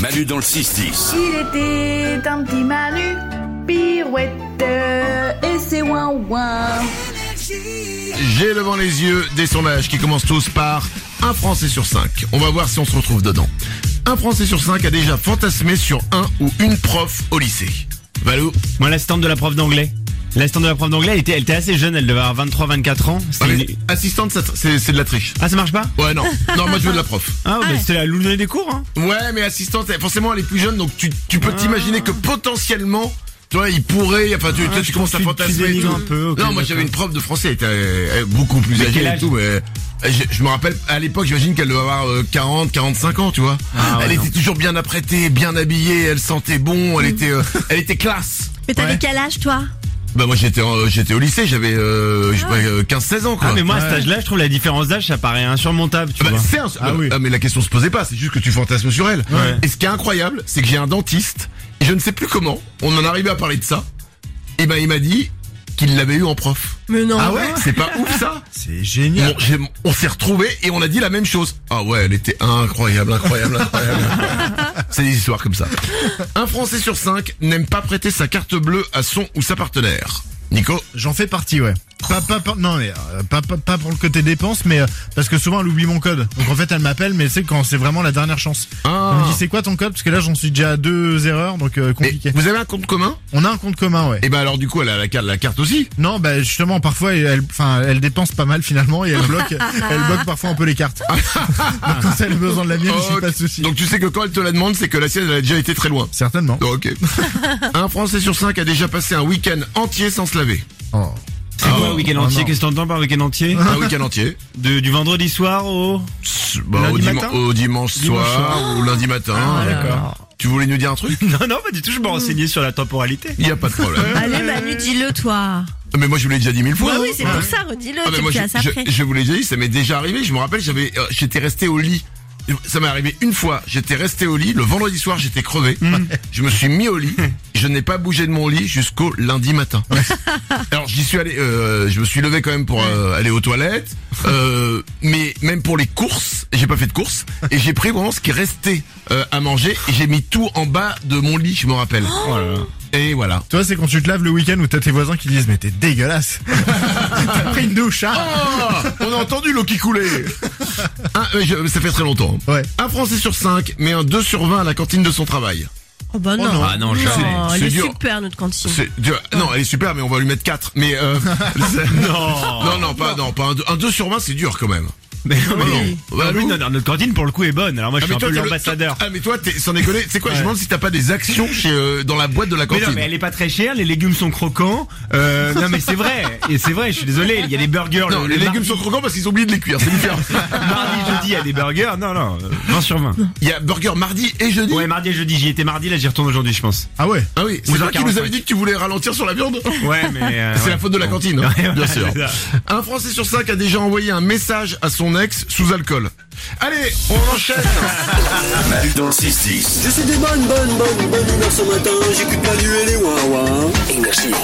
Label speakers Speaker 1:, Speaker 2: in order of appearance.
Speaker 1: Manu dans le 6-10.
Speaker 2: Il était un petit Manu, pirouette, euh, et c'est ouin ouin.
Speaker 3: J'ai devant les yeux des sondages qui commencent tous par un Français sur cinq. On va voir si on se retrouve dedans. Un Français sur cinq a déjà fantasmé sur un ou une prof au lycée. Valou
Speaker 4: Moi, l'assistante de la prof d'anglais. L'assistante de la prof d'anglais, elle était, elle était assez jeune, elle devait avoir 23-24 ans. C'était
Speaker 3: Ah, mais
Speaker 4: une-
Speaker 3: Assistante, ça- c'est c'est de la triche.
Speaker 4: Ah, ça marche pas
Speaker 3: Ouais, non. Non, moi je veux de la prof.
Speaker 4: Ah, bah,
Speaker 5: ouais.
Speaker 4: c'était la loulou des cours, hein.
Speaker 3: Ouais, mais assistante, elle- forcément elle est plus jeune, donc tu, tu peux t'imaginer que potentiellement, tu vois, il pourrait, enfin tu, tu- tu,
Speaker 4: Ah, je
Speaker 3: commences à
Speaker 4: tu- tu
Speaker 3: fantasmer. et
Speaker 4: dénigres
Speaker 3: tout.
Speaker 4: un peu, ok,
Speaker 3: non, moi j'avais
Speaker 4: d'accord.
Speaker 3: une prof de français, elle était euh, euh, beaucoup plus
Speaker 4: Mais quel
Speaker 3: âgée et
Speaker 4: âge
Speaker 3: tout, mais... euh, Je, je me rappelle, à l'époque, j'imagine qu'elle devait avoir euh, 40, 45 ans, tu vois.
Speaker 4: Ah ouais,
Speaker 3: elle
Speaker 4: non.
Speaker 3: était toujours bien apprêtée, bien habillée, elle sentait bon, elle était, euh, elle était classe.
Speaker 5: Mais t'avais
Speaker 4: Ouais.
Speaker 5: quel âge toi
Speaker 3: Bah moi j'étais, en- j'étais au lycée, j'avais euh, je sais pas, euh, 15-16 ans quoi.
Speaker 4: Ah, mais moi, à cet
Speaker 3: Ouais.
Speaker 4: âge-là, je trouve la différence d'âge, ça paraît insurmontable, tu
Speaker 3: Bah,
Speaker 4: vois.
Speaker 3: c'est un-
Speaker 4: Ah
Speaker 3: bah,
Speaker 4: oui.
Speaker 3: ah, mais la question se posait pas, c'est juste que tu fantasmes sur elle.
Speaker 4: Ouais.
Speaker 3: Et ce qui est incroyable, c'est que j'ai un dentiste, et je ne sais plus comment, on en est arrivé à parler de ça, et ben il m'a dit qu'il l'avait eu en prof. Ah
Speaker 5: Mais non.
Speaker 3: C'est pas ouf ça
Speaker 4: C'est
Speaker 3: Bon,
Speaker 4: génial.
Speaker 3: j'ai- On s'est retrouvés et on a dit la même chose. Ah ouais, elle était incroyable, incroyable, incroyable. c'est des histoires comme ça. Un Français sur cinq n'aime pas prêter sa carte bleue à son ou sa partenaire. Nico
Speaker 6: J'en fais partie, ouais. Pas, pas, pas- non, mais, euh, pas, pas, pas pour le côté dépenses, mais euh, parce que souvent elle oublie mon code. Donc en fait elle m'appelle, mais c'est quand c'est vraiment la dernière chance. Elle me dit c'est quoi ton code Parce que là j'en suis déjà à deux erreurs, donc euh,
Speaker 3: Ah. Mais
Speaker 6: compliqué.
Speaker 3: vous avez un compte commun
Speaker 6: On a un compte commun, ouais.
Speaker 3: Et ben alors du coup, elle a la carte, la carte aussi
Speaker 6: Non, bah justement, parfois elle, elle- enfin, elle dépense pas mal finalement et elle bloque, elle bloque parfois un peu les cartes. Donc, quand elle a besoin de la mienne, j'ai
Speaker 3: Ok.
Speaker 6: pas de souci.
Speaker 3: Donc tu sais que quand elle te la demande, c'est que la sienne elle a déjà été très loin.
Speaker 6: Certainement.
Speaker 3: Oh, ok. un Français sur cinq a déjà passé un week-end entier sans se laver.
Speaker 6: Oh.
Speaker 4: C'est quoi un week-end
Speaker 6: non,
Speaker 4: entier
Speaker 6: non.
Speaker 4: Qu'est-ce que t'entends par week-end entier
Speaker 3: Un week-end entier.
Speaker 4: De- Du vendredi soir au.
Speaker 3: Bah, au,
Speaker 6: Lundi
Speaker 3: diman-
Speaker 6: matin
Speaker 3: au dimanche soir
Speaker 6: Dimanche soir. Ah,
Speaker 3: ou lundi matin. Tu voulais nous dire un truc
Speaker 4: Non, non, pas du tout, je me renseignais sur la temporalité.
Speaker 3: Il y a pas de problème.
Speaker 5: Allez Manu, dis-le toi.
Speaker 3: mais moi je vous l'ai déjà dit mille fois.
Speaker 5: Bah oui, c'est pour ça, redis-le,
Speaker 3: Ah, mais
Speaker 5: tu
Speaker 3: moi,
Speaker 5: le
Speaker 3: je,
Speaker 5: casses après.
Speaker 3: je- je vous l'ai déjà dit, ça m'est déjà arrivé. Je me rappelle, j'avais, euh, j'étais resté au lit. Ça m'est arrivé une fois. J'étais resté au lit. Le vendredi soir, j'étais crevé.
Speaker 5: Hmm.
Speaker 3: Je me suis mis au lit. Je n'ai pas bougé de mon lit jusqu'au lundi matin. Alors j'y suis allé. euh, je me suis levé quand même pour euh, aller aux toilettes. Euh, mais même pour les courses, j'ai pas fait de courses. Et j'ai pris vraiment ce qui restait euh, à manger. Et j'ai mis tout en bas de mon lit. Je me rappelle.
Speaker 5: Oh.
Speaker 3: Et voilà.
Speaker 6: Toi, c'est quand tu te laves le week-end où t'as tes voisins qui disent mais t'es dégueulasse. t'as pris une douche, ah.
Speaker 3: Ah, on a entendu l'eau qui coulait. Ah, euh, je- ça fait très longtemps.
Speaker 6: Ouais.
Speaker 3: Un Français sur 5 met un 2 sur 20 à la cantine de son travail.
Speaker 5: Oh bah non.
Speaker 4: Ah non, jamais.
Speaker 5: Non,
Speaker 3: C'est-
Speaker 5: elle
Speaker 3: c'est
Speaker 5: est
Speaker 3: dur.
Speaker 5: super notre cantine.
Speaker 3: C'est- tu vois, Non, elle est super, mais on va lui mettre 4. Mais euh, c'est-
Speaker 4: Non
Speaker 3: non, non, pas, non. pas un, 2, sur 20, c'est dur quand même.
Speaker 4: Mais
Speaker 3: Non, non.
Speaker 4: oui.
Speaker 3: Bah,
Speaker 4: Ah oui,
Speaker 3: nous-
Speaker 4: non, non, notre cantine pour le coup est bonne. Alors moi je suis un peu
Speaker 3: t'es le-
Speaker 4: l'ambassadeur.
Speaker 3: Ah, mais toi, t'es- sans déconner, c'est quoi Je me demande si t'as pas des actions chez, euh, dans la boîte de la
Speaker 4: Mais
Speaker 3: cantine.
Speaker 4: non, mais elle est pas très chère, les légumes sont croquants. Euh, non mais c'est vrai, et c'est vrai, je suis désolé, il y a des burgers.
Speaker 3: Non,
Speaker 4: le-
Speaker 3: les
Speaker 4: euh, le
Speaker 3: légumes sont croquants parce qu'ils ont oublié de les cuire, c'est différent.
Speaker 4: mar- Mardi, jeudi, il y a des burgers. Non, non, euh, 20 sur 20.
Speaker 3: Il y a burger mardi et jeudi.
Speaker 4: Ouais, mardi et jeudi, j'y étais mardi, là j'y retourne aujourd'hui, je pense.
Speaker 6: Ah ouais.
Speaker 3: Ah oui, c'est toi qui
Speaker 4: 11h45.
Speaker 3: nous avais dit que tu voulais ralentir sur la viande
Speaker 4: Ouais, mais... euh,
Speaker 3: C'est
Speaker 4: ouais.
Speaker 3: la faute de la cantine, hein,
Speaker 4: Ouais, ouais,
Speaker 3: bien sûr.
Speaker 4: c'est ça.
Speaker 3: Un Français sur cinq a déjà envoyé un message à son ex sous alcool. Allez, on enchaîne.
Speaker 1: Manu dans le 6-10.
Speaker 7: Je suis des bonnes, bonnes, bonnes, bonnes humeurs ce matin. J'écoute la nuit et les wawa. Énergie.